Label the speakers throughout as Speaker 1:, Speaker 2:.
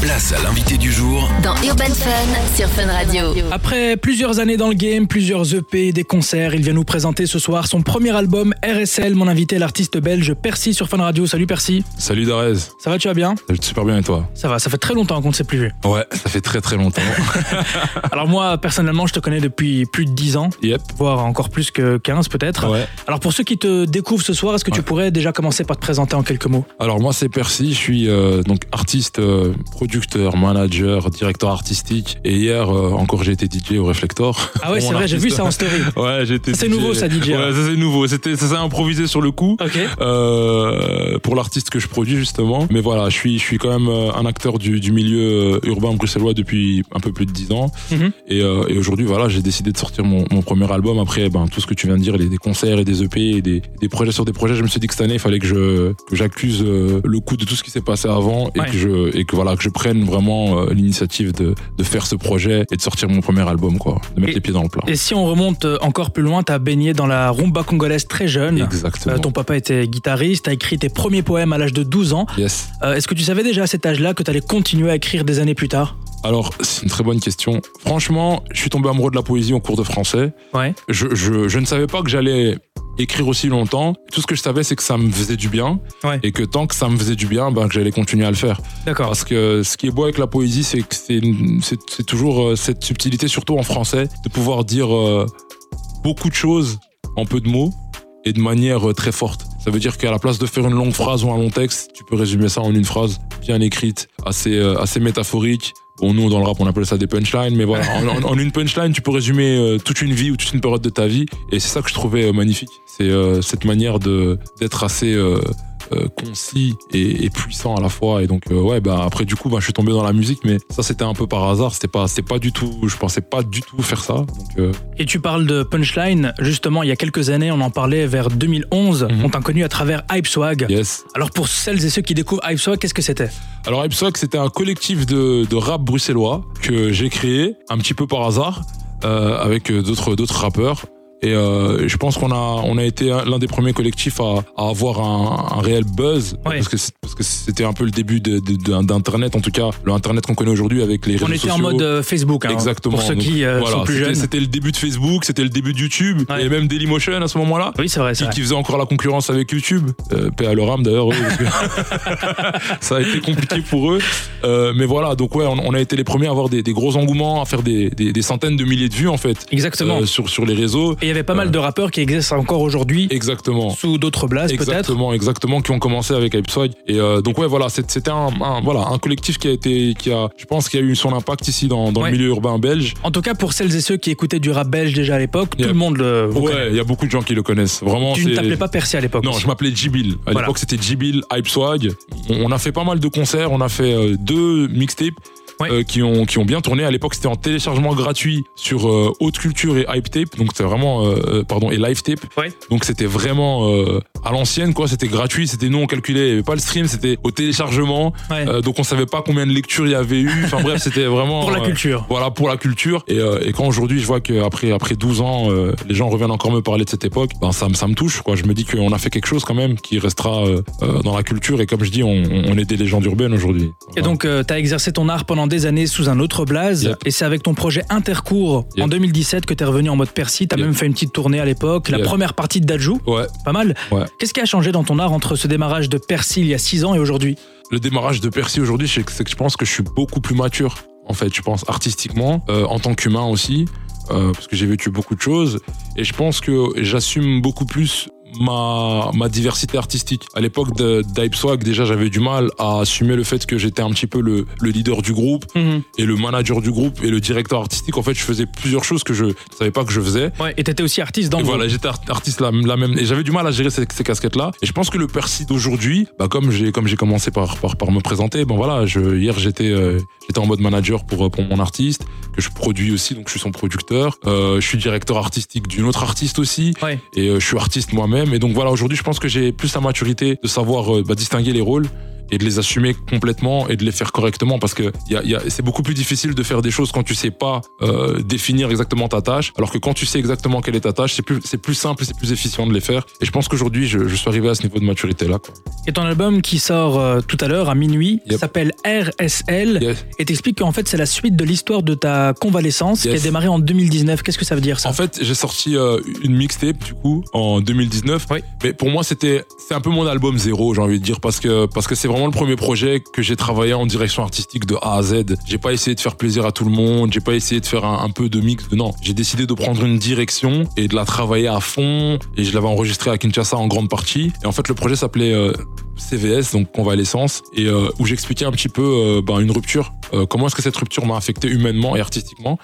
Speaker 1: Place à l'invité du jour
Speaker 2: Dans Urban Fun sur Fun Radio.
Speaker 3: Après plusieurs années dans le game, plusieurs EP, des concerts, il vient nous présenter ce soir son premier album RSL. Mon invité, est l'artiste belge Percy sur Fun Radio. Salut Percy,
Speaker 4: Salut Darez,
Speaker 3: ça va, tu vas bien
Speaker 4: ça va super bien et toi
Speaker 3: Ça va, ça fait très longtemps qu'on ne s'est plus vu.
Speaker 4: Ouais, ça fait très très longtemps.
Speaker 3: Alors moi, personnellement, je te connais depuis plus de 10 ans,
Speaker 4: yep.
Speaker 3: voire encore plus que 15 peut-être.
Speaker 4: Ouais.
Speaker 3: Alors pour ceux qui te découvrent ce soir, est-ce que tu
Speaker 4: Ouais.
Speaker 3: pourrais déjà commencer par te présenter en quelques mots
Speaker 4: Alors moi c'est Percy, je suis euh, donc artiste, euh, producteur, manager, directeur artistique. Et hier euh, encore j'ai été DJ au Reflector.
Speaker 3: Ah ouais,
Speaker 4: Pour
Speaker 3: c'est
Speaker 4: mon
Speaker 3: vrai, j'ai vu
Speaker 4: artiste.
Speaker 3: ça en story.
Speaker 4: Ouais, j'ai été.
Speaker 3: C'est
Speaker 4: DJ.
Speaker 3: nouveau, ça, hein. DJ,
Speaker 4: Ouais,
Speaker 3: ouais.
Speaker 4: ça c'est nouveau. C'était, ça s'est improvisé sur le coup.
Speaker 3: Ok.
Speaker 4: euh, pour l'artiste que je produis justement. Mais voilà, je suis, je suis quand même euh, un acteur du, du milieu euh, urbain bruxellois depuis un peu plus de 10 ans.
Speaker 3: Mhm.
Speaker 4: Et, euh, et aujourd'hui, voilà, j'ai décidé de sortir mon, mon premier album. Après, ben, tout ce que tu viens de dire, les, des concerts et des EP et des, des projets sur des projets, je me suis dit que cette année, il fallait que je que j'accuse euh, le coup de tout ce qui s'est passé avant et
Speaker 3: Ouais.
Speaker 4: que je et que voilà que je prenne vraiment euh, l'initiative de, de faire ce projet et de sortir mon premier album, quoi, de mettre
Speaker 3: Et-
Speaker 4: les pieds dans le plat.
Speaker 3: Et si on remonte euh, encore plus loin, t'as baigné dans la rumba congolaise très jeune.
Speaker 4: Exactement.
Speaker 3: Euh, ton papa était guitariste, t'as écrit tes premiers poèmes à l'âge de 12 ans.
Speaker 4: yes.
Speaker 3: Euh, Est-ce que tu savais déjà à cet âge-là que t'allais continuer à écrire des années plus tard
Speaker 4: Alors, c'est une très bonne question. Franchement, je suis tombé amoureux de la poésie en cours de français.
Speaker 3: Ouais.
Speaker 4: Je, je- je ne savais pas que j'allais écrire aussi longtemps. Tout ce que je savais, c'est que ça me faisait du bien.
Speaker 3: Ouais.
Speaker 4: Et que tant que ça me faisait du bien, ben, que j'allais continuer à le faire.
Speaker 3: D'accord.
Speaker 4: Parce que ce qui est beau avec la poésie, c'est que c'est une- c'est c'est toujours euh, cette subtilité, surtout en français, de pouvoir dire euh, beaucoup de choses en peu de mots et de manière euh, très forte. Ça veut dire qu'à la place de faire une longue phrase ou un long texte, tu peux résumer ça en une phrase bien écrite, assez, euh, assez métaphorique. Bon, nous, dans le rap, on appelle ça des punchlines, mais voilà, en, en- en une punchline, tu peux résumer euh, toute une vie ou toute une période de ta vie. Et c'est ça que je trouvais euh, magnifique. C'est euh, cette manière de- d'être assez... euh, euh, concis et, et puissant à la fois et donc euh, ouais bah après du coup bah, je suis tombé dans la musique mais ça c'était un peu par hasard c'était pas c'était pas du tout je pensais pas du tout faire ça donc euh,
Speaker 3: Et tu parles de punchline. Justement, il y a quelques années, on en parlait vers 2011.
Speaker 4: Mhm.
Speaker 3: On t'a connu à travers Hype Swag.
Speaker 4: yes
Speaker 3: Alors pour celles et ceux qui découvrent Hype Swag, qu'est-ce que c'était
Speaker 4: alors Ipsoc c'était un collectif de, de rap bruxellois que j'ai créé un petit peu par hasard euh, avec euh, d'autres d'autres rappeurs et euh, je pense qu'on a on a été un- l'un des premiers collectifs à, à avoir un, un réel buzz
Speaker 3: Ouais.
Speaker 4: parce que c'est- parce que c'était un peu le début de- de- d'un- d'internet en tout cas le internet qu'on connaît aujourd'hui avec les réseaux
Speaker 3: On était
Speaker 4: sociaux
Speaker 3: en mode euh, Facebook. hein,
Speaker 4: Exactement.
Speaker 3: Pour ceux qui
Speaker 4: Donc,
Speaker 3: euh,
Speaker 4: voilà,
Speaker 3: sont plus
Speaker 4: c'était-
Speaker 3: jeunes.
Speaker 4: C'était le début de Facebook, c'était le début de YouTube,
Speaker 3: Ouais.
Speaker 4: et même Dailymotion à ce moment-là.
Speaker 3: Oui, c'est vrai.
Speaker 4: Qui,
Speaker 3: c'est vrai.
Speaker 4: qui faisait encore la concurrence avec YouTube, euh, paix à leur âme d'ailleurs, eux, parce que ça a été compliqué pour eux. Euh, mais voilà, donc ouais, on, on a été les premiers à avoir des, des gros engouements, à faire des, des- des centaines de milliers de vues en fait
Speaker 3: Exactement.
Speaker 4: euh, sur, sur les réseaux.
Speaker 3: Et il y avait pas mal de rappeurs qui existent encore aujourd'hui
Speaker 4: Exactement.
Speaker 3: sous d'autres blases peut-être.
Speaker 4: Exactement, exactement, qui ont commencé avec Hypeswag. Et euh, donc ouais, voilà, c'est- c'était un, un- voilà un collectif qui a été, qui a, je pense, qui a eu son impact ici dans, dans
Speaker 3: Ouais.
Speaker 4: le milieu urbain belge.
Speaker 3: En tout cas, pour celles et ceux qui écoutaient du rap belge déjà à l'époque,
Speaker 4: Yeah.
Speaker 3: tout le monde le vous connaît.
Speaker 4: Ouais, il y a beaucoup de gens qui le connaissent. Vraiment,
Speaker 3: Tu ne
Speaker 4: c'est-
Speaker 3: t'appelais pas Percy à l'époque.
Speaker 4: Non, je m'appelais Jibil. À
Speaker 3: Voilà.
Speaker 4: l'époque, c'était Jibil, Hype Swag. On on a fait pas mal de concerts. On a fait euh, deux mixtapes.
Speaker 3: Ouais.
Speaker 4: euh, qui, ont, qui ont bien tourné. À l'époque, c'était en téléchargement gratuit sur euh, Haute Culture et Hype Tape. Donc, c'était vraiment. euh, euh, pardon, et Live Tape.
Speaker 3: Ouais.
Speaker 4: Donc, c'était vraiment euh, à l'ancienne, quoi. C'était gratuit. C'était nous, on calculait. Il y avait pas le stream, c'était au téléchargement.
Speaker 3: Ouais.
Speaker 4: Euh, donc, on savait pas combien de lectures il y avait eu. Enfin, bref, c'était vraiment.
Speaker 3: pour la
Speaker 4: euh,
Speaker 3: culture.
Speaker 4: voilà pour la culture et, euh, et quand aujourd'hui je vois qu'après après 12 ans euh, les gens reviennent encore me parler de cette époque ben ça, me- ça me touche quoi je me dis qu'on a fait quelque chose quand même qui restera euh, euh, dans la culture et comme je dis on, on est des légendes urbaines aujourd'hui
Speaker 3: Et donc, euh, t'as exercé ton art pendant des années sous un autre blaze,
Speaker 4: Yep.
Speaker 3: et c'est avec ton projet Intercours en
Speaker 4: Yep.
Speaker 3: 2017 que t'es revenu en mode Percy. T'as
Speaker 4: Yep.
Speaker 3: même fait une petite tournée à l'époque, la
Speaker 4: Yep.
Speaker 3: première partie de Dajou,
Speaker 4: ouais
Speaker 3: pas mal.
Speaker 4: Ouais.
Speaker 3: Qu'est-ce qui a changé dans ton art entre ce démarrage de Percy il y a 6 ans et aujourd'hui
Speaker 4: le démarrage de Percy aujourd'hui c'est que c'est que je pense que je suis beaucoup plus mature en fait je pense artistiquement euh, en tant qu'humain aussi euh, parce que j'ai vécu beaucoup de choses et je pense que j'assume beaucoup plus ma, ma diversité artistique. À l'époque de- d'Hypeswag, déjà j'avais du mal à assumer le fait que j'étais un petit peu le, le leader du groupe
Speaker 3: Mhm.
Speaker 4: et le manager du groupe et le directeur artistique. En fait, je faisais plusieurs choses que je ne savais pas que je faisais.
Speaker 3: Ouais, et t'étais aussi artiste dans
Speaker 4: Et
Speaker 3: le
Speaker 4: voilà, j'étais art- artiste la, la même et j'avais du mal à gérer ces, ces casquettes-là. Et je pense que le Percy d'aujourd'hui, bah comme j'ai comme j'ai commencé par, par par me présenter, ben voilà, je, hier j'étais euh, j'étais en mode manager pour euh, pour mon artiste que je produis aussi, donc je suis son producteur. Euh, je suis directeur artistique d'une autre artiste aussi.
Speaker 3: Ouais.
Speaker 4: Et euh, je suis artiste moi-même. Et donc voilà, aujourd'hui, je pense que j'ai plus la maturité de savoir euh, bah, distinguer les rôles et de les assumer complètement et de les faire correctement parce que y a- y a- c'est beaucoup plus difficile de faire des choses quand tu sais pas euh, définir exactement ta tâche alors que quand tu sais exactement quelle est ta tâche c'est plus c'est plus simple et c'est plus efficient de les faire et je pense qu'aujourd'hui je, je suis arrivé à ce niveau de maturité là
Speaker 3: Et ton album qui sort euh, tout à l'heure à minuit
Speaker 4: Yep.
Speaker 3: s'appelle RSL et t'explique qu'en fait c'est la suite de l'histoire de ta convalescence qui
Speaker 4: Yes.
Speaker 3: a démarré en 2019. Qu'est-ce que ça veut dire ça
Speaker 4: En fait, j'ai sorti euh, une mixtape du coup en 2019.
Speaker 3: Oui.
Speaker 4: Mais pour moi, c'était c'est un peu mon album zéro, j'ai envie de dire, parce que parce que c'est vraiment le premier projet que j'ai travaillé en direction artistique de A à Z. J'ai pas essayé de faire plaisir à tout le monde, j'ai pas essayé de faire un, un peu de mix. Non, j'ai décidé de prendre une direction et de la travailler à fond. Et je l'avais enregistré à Kinshasa en grande partie. Et en fait, le projet s'appelait euh, CVS, donc convalescence, et euh, où j'expliquais un petit peu euh, ben, une rupture. Euh, comment est-ce que cette rupture m'a affecté humainement et artistiquement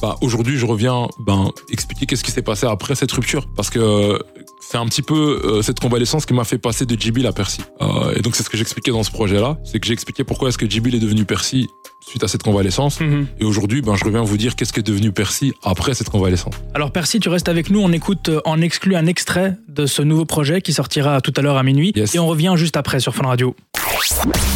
Speaker 4: bah, aujourd'hui je reviens ben, expliquer qu'est-ce qui s'est passé après cette rupture parce que euh, c'est un petit peu euh, cette convalescence qui m'a fait passer de Jibil à Percy Euh, et donc c'est ce que j'expliquais dans ce projet là c'est que j'ai expliqué pourquoi est-ce que Jibil est devenu Percy suite à cette convalescence
Speaker 3: Mhm.
Speaker 4: et aujourd'hui ben, je reviens vous dire qu'est-ce qui est devenu Percy après cette convalescence
Speaker 3: Alors Percy, tu restes avec nous, on écoute euh, en exclu un extrait de ce nouveau projet qui sortira tout à l'heure à minuit
Speaker 4: Yes.
Speaker 3: et on revient juste après sur Fun Radio.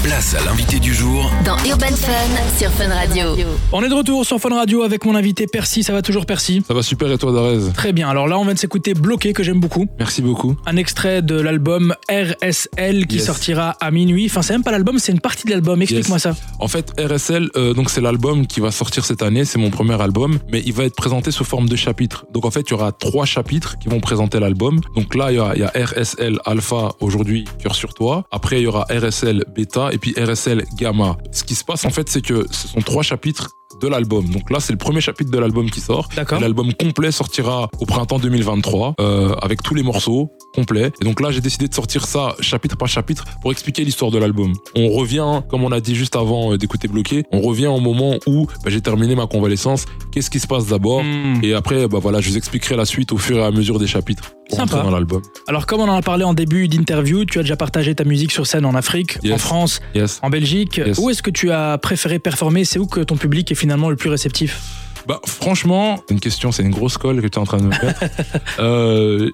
Speaker 1: Place à l'invité du jour
Speaker 2: Dans Urban Fun sur Fun Radio.
Speaker 3: On est de retour sur Fun Radio avec mon invité Percy, ça va toujours Percy
Speaker 4: ça va super et toi Darez
Speaker 3: Très bien, alors là on vient de s'écouter Bloqué que j'aime beaucoup,
Speaker 4: merci beaucoup
Speaker 3: un extrait de l'album RSL qui
Speaker 4: Yes.
Speaker 3: sortira à minuit, enfin c'est même pas l'album, c'est une partie de l'album, explique-moi ça.
Speaker 4: En fait, RSL, euh, donc c'est l'album qui va sortir cette année, c'est mon premier album, mais il va être présenté sous forme de chapitres. Donc en fait, il y aura trois chapitres qui vont présenter l'album. Donc là, il y a, il y a RSL Alpha aujourd'hui, cœur sur toi. Après, il y aura RSL Beta et puis RSL Gamma. Ce qui se passe en fait, c'est que ce sont trois chapitres de l'album. Donc là, c'est le premier chapitre de l'album qui sort.
Speaker 3: D'accord.
Speaker 4: Et L'album complet sortira au printemps 2023 euh, avec tous les morceaux complets. Et donc là, j'ai décidé de sortir ça chapitre par chapitre pour expliquer l'histoire de l'album. On revient, comme on a dit juste avant euh, d'écouter Bloqué, on revient au moment où bah, j'ai terminé ma convalescence. Qu'est-ce qui se passe d'abord
Speaker 3: Hmm.
Speaker 4: Et après, bah voilà, je vous expliquerai la suite au fur et à mesure des chapitres pour
Speaker 3: Sympa.
Speaker 4: entrer dans l'album.
Speaker 3: Alors comme on en a parlé en début d'interview, tu as déjà partagé ta musique sur scène en Afrique,
Speaker 4: Yes.
Speaker 3: en France,
Speaker 4: Yes.
Speaker 3: en Belgique.
Speaker 4: Yes.
Speaker 3: Où est-ce que tu as préféré performer C'est où que ton public est finalement le plus réceptif
Speaker 4: Bah franchement, une question, c'est une grosse colle que tu es en train de me faire. euh,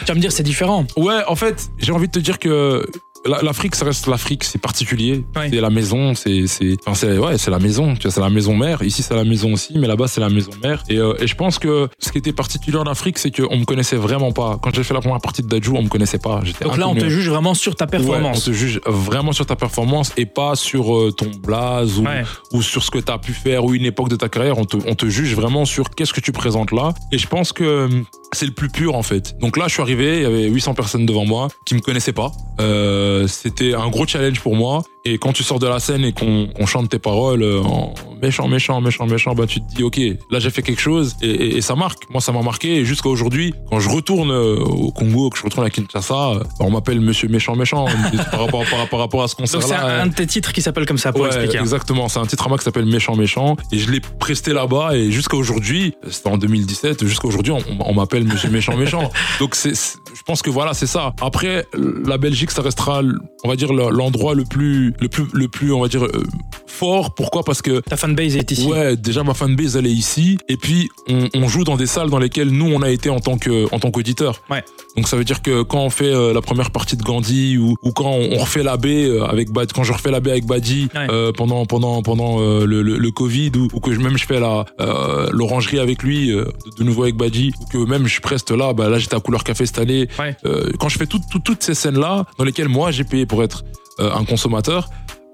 Speaker 3: Tu vas me dire c'est différent.
Speaker 4: Ouais, en fait, j'ai envie de te dire que la- l'Afrique, ça reste l'Afrique, c'est particulier.
Speaker 3: Ouais.
Speaker 4: C'est la maison, c'est, c'est, enfin, c'est, ouais, c'est la maison. Tu vois, c'est la maison mère. Ici, c'est la maison aussi, mais là-bas, c'est la maison mère. Et, euh, et je pense que ce qui était particulier en Afrique, c'est qu'on me connaissait vraiment pas. Quand j'ai fait la première partie de Dajou, on me connaissait pas. J'étais
Speaker 3: Donc là on
Speaker 4: inconnu.
Speaker 3: te juge vraiment sur ta performance.
Speaker 4: Ouais, on te juge vraiment sur ta performance et pas sur euh, ton blaze ou,
Speaker 3: Ouais.
Speaker 4: ou sur ce que tu as pu faire ou une époque de ta carrière. On te, on te juge vraiment sur qu'est-ce que tu présentes là. Et je pense que euh, c'est le plus pur en fait. Donc là, je suis arrivé, il y avait 800 personnes devant moi qui me connaissaient pas. Euh, C'était un gros challenge pour moi. Et quand tu sors de la scène et qu'on qu'on chante tes paroles euh, en méchant, méchant, méchant, méchant, bah tu te dis, ok, là j'ai fait quelque chose et, et- et ça marque. Moi, ça m'a marqué. Et jusqu'à aujourd'hui, quand je retourne euh, au Congo, que je retourne à Kinshasa, euh, bah, on m'appelle Monsieur Méchant, Méchant par, rapport, par, par rapport à ce
Speaker 3: Donc c'est
Speaker 4: concert-là.
Speaker 3: un,
Speaker 4: euh,
Speaker 3: un de tes titres qui s'appelle comme ça pour
Speaker 4: Ouais,
Speaker 3: expliquer. hein.
Speaker 4: exactement. C'est un petit trauma qui s'appelle Méchant Méchant. Et je l'ai presté là-bas. Et jusqu'à aujourd'hui, c'était en 2017, jusqu'à aujourd'hui, on, on m'appelle Monsieur Méchant Méchant. Donc, c'est, c'est- je pense que voilà, c'est ça. Après, la Belgique, ça restera, on va dire, le- l'endroit le plus, le plus, le plus, on va dire, euh, fort. Pourquoi? Parce que
Speaker 3: Ta fanbase est ici.
Speaker 4: Ouais, déjà ma fanbase elle est ici. Et puis on, on joue dans des salles dans lesquelles nous on a été en tant que en tant qu'auditeur.
Speaker 3: Ouais.
Speaker 4: Donc ça veut dire que quand on fait euh, la première partie de Gandhi ou, ou quand on, on refait la baie euh, avec Bad, quand je refais la baie avec Badi
Speaker 3: Ouais.
Speaker 4: euh, pendant pendant pendant euh, le, le- le Covid ou, ou que je- même je fais la euh, l'orangerie avec lui euh, de- de nouveau avec Badi ou que même je preste là, bah là j'étais à couleur café cette année.
Speaker 3: Ouais.
Speaker 4: Euh, quand je fais toutes toutes- toutes ces scènes là dans lesquelles moi j'ai payé pour être euh, un consommateur,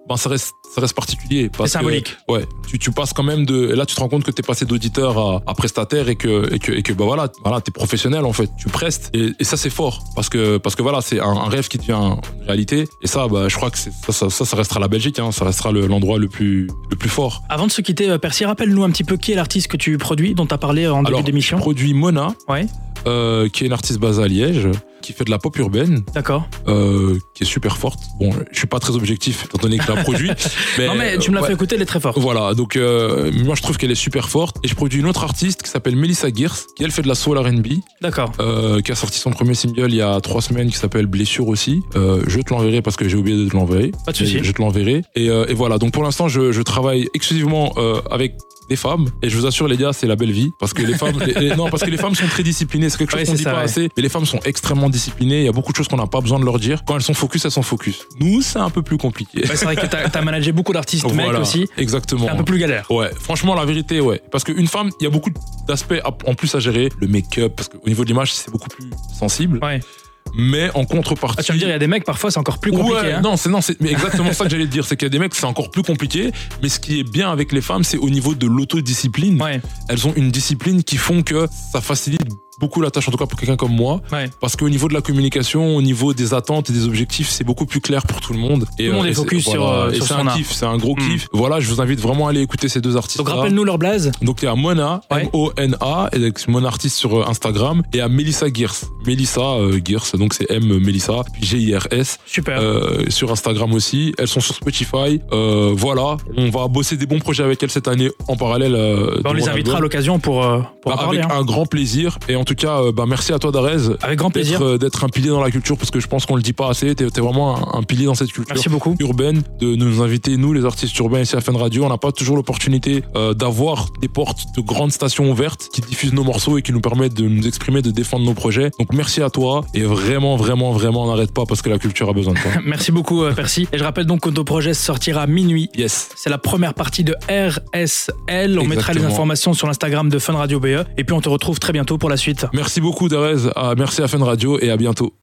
Speaker 4: ben ça reste ça reste particulier.
Speaker 3: C'est
Speaker 4: parce que-
Speaker 3: symbolique.
Speaker 4: Ouais, tu, tu passes quand même de. et Là, tu te rends compte que t'es passé d'auditeur à, à prestataire et que, et que, et que bah voilà, voilà, t'es professionnel en fait, tu prestes. Et, et ça, c'est fort parce que, parce que voilà, c'est un, un rêve qui devient une réalité. Et ça, bah, je crois que c'est- ça, ça, ça, ça restera la Belgique, hein, ça restera le- l'endroit le plus, le plus fort.
Speaker 3: Avant de se quitter, euh, Percy, rappelle-nous un petit peu qui est l'artiste que tu produis, dont tu as parlé en
Speaker 4: Alors,
Speaker 3: début d'émission.
Speaker 4: Produit Mona,
Speaker 3: Ouais.
Speaker 4: euh, qui est une artiste basée à Liège, qui fait de la pop urbaine,
Speaker 3: D'accord.
Speaker 4: euh, qui est super forte. Bon, je suis pas très objectif étant donné que t'as produit. mais, euh,
Speaker 3: Non mais tu me l'as
Speaker 4: ouais.
Speaker 3: fait écouter, elle est très forte.
Speaker 4: Voilà, donc euh, moi je trouve qu'elle est super forte. Et je produis une autre artiste qui s'appelle Melissa Gears, qui elle fait de la soul RB,
Speaker 3: D'accord.
Speaker 4: euh, qui a sorti son premier single il y a trois semaines qui s'appelle Blessure aussi. Euh, je te l'enverrai parce que j'ai oublié de te l'envoyer.
Speaker 3: Pas de souci.
Speaker 4: Mais Je te l'enverrai. Et, euh, et voilà, donc pour l'instant je, je travaille exclusivement euh, avec des femmes. Et je vous assure, les gars, c'est la belle vie. Parce que les femmes, les- les- non, parce que les femmes sont très disciplinées. C'est quelque chose
Speaker 3: Ouais,
Speaker 4: qu'on
Speaker 3: c'est
Speaker 4: dit
Speaker 3: ça,
Speaker 4: pas
Speaker 3: ouais.
Speaker 4: assez. Mais les femmes sont extrêmement disciplinées. Il y a beaucoup de choses qu'on n'a pas besoin de leur dire. Quand elles sont focus, elles sont focus. Nous, c'est un peu plus compliqué.
Speaker 3: Ouais, c'est vrai que t'as as managé beaucoup d'artistes mecs
Speaker 4: Voilà,
Speaker 3: aussi.
Speaker 4: Exactement.
Speaker 3: C'est un peu plus galère.
Speaker 4: Ouais, franchement, la vérité, ouais. Parce qu'une femme, il y a beaucoup d'aspects à- en plus à gérer. Le make-up, parce qu'au niveau de l'image, c'est beaucoup plus sensible.
Speaker 3: Ouais.
Speaker 4: Mais en contrepartie.
Speaker 3: Ah, tu vas me dire, il y a des mecs, parfois, c'est encore plus compliqué.
Speaker 4: Ouais,
Speaker 3: hein.
Speaker 4: non, c'est non, c'est mais exactement ça que j'allais te dire, c'est qu'il y a des mecs, c'est encore plus compliqué. Mais ce qui est bien avec les femmes, c'est au niveau de l'autodiscipline.
Speaker 3: Ouais,
Speaker 4: Elles ont une discipline qui font que ça facilite beaucoup la tâche, en tout cas pour quelqu'un comme moi,
Speaker 3: ouais.
Speaker 4: parce qu'au niveau de la communication, au niveau des attentes et des objectifs, c'est beaucoup plus clair pour tout le monde. Et,
Speaker 3: Tout le monde
Speaker 4: euh,
Speaker 3: est
Speaker 4: et c'est-
Speaker 3: focus sur,
Speaker 4: voilà,
Speaker 3: euh,
Speaker 4: et
Speaker 3: sur
Speaker 4: c'est
Speaker 3: son
Speaker 4: un
Speaker 3: art.
Speaker 4: kiff, c'est un gros
Speaker 3: Mm.
Speaker 4: kiff. Voilà, je vous invite vraiment à aller écouter ces deux artistes.
Speaker 3: Donc rappelle-nous leur blaze.
Speaker 4: Donc il y a Mona,
Speaker 3: Ouais.
Speaker 4: M-O-N-A, et donc, c'est mon artiste sur euh, Instagram, et à Melissa Gears. Melissa euh, Gears, donc c'est M euh, Melissa, puis G-I-R-S,
Speaker 3: Super.
Speaker 4: euh, sur Instagram aussi. Elles sont sur Spotify. Euh, voilà, on va bosser des bons projets avec elles cette année en parallèle. euh,
Speaker 3: Bah, on
Speaker 4: de
Speaker 3: les
Speaker 4: mon
Speaker 3: invitera à
Speaker 4: album.
Speaker 3: l'occasion pour, euh, pour en
Speaker 4: Bah,
Speaker 3: parler.
Speaker 4: avec
Speaker 3: hein.
Speaker 4: un grand plaisir. Et en tout cas, euh, bah, merci à toi, Darez.
Speaker 3: Avec grand plaisir.
Speaker 4: D'être euh, d'être un pilier dans la culture, parce que je pense qu'on le dit pas assez. T'es t'es vraiment un, un pilier dans cette culture
Speaker 3: Merci beaucoup.
Speaker 4: urbaine, de nous inviter, nous, les artistes urbains ici à Fun Radio. On n'a pas toujours l'opportunité euh, d'avoir des portes de grandes stations ouvertes qui diffusent nos morceaux et qui nous permettent de nous exprimer, de défendre nos projets. Donc merci à toi et vraiment, vraiment, vraiment, n'arrête pas parce que la culture a besoin de toi.
Speaker 3: Merci beaucoup, euh, Percy. Et je rappelle donc que ton projet sortira minuit.
Speaker 4: yes.
Speaker 3: C'est la première partie de RSL. On mettra les
Speaker 4: Exactement.
Speaker 3: informations sur l'Instagram E. de Fun Radio BE. Et puis on te retrouve très bientôt pour la suite.
Speaker 4: Merci beaucoup, Derez. Ah, Merci à Fun Radio et à bientôt.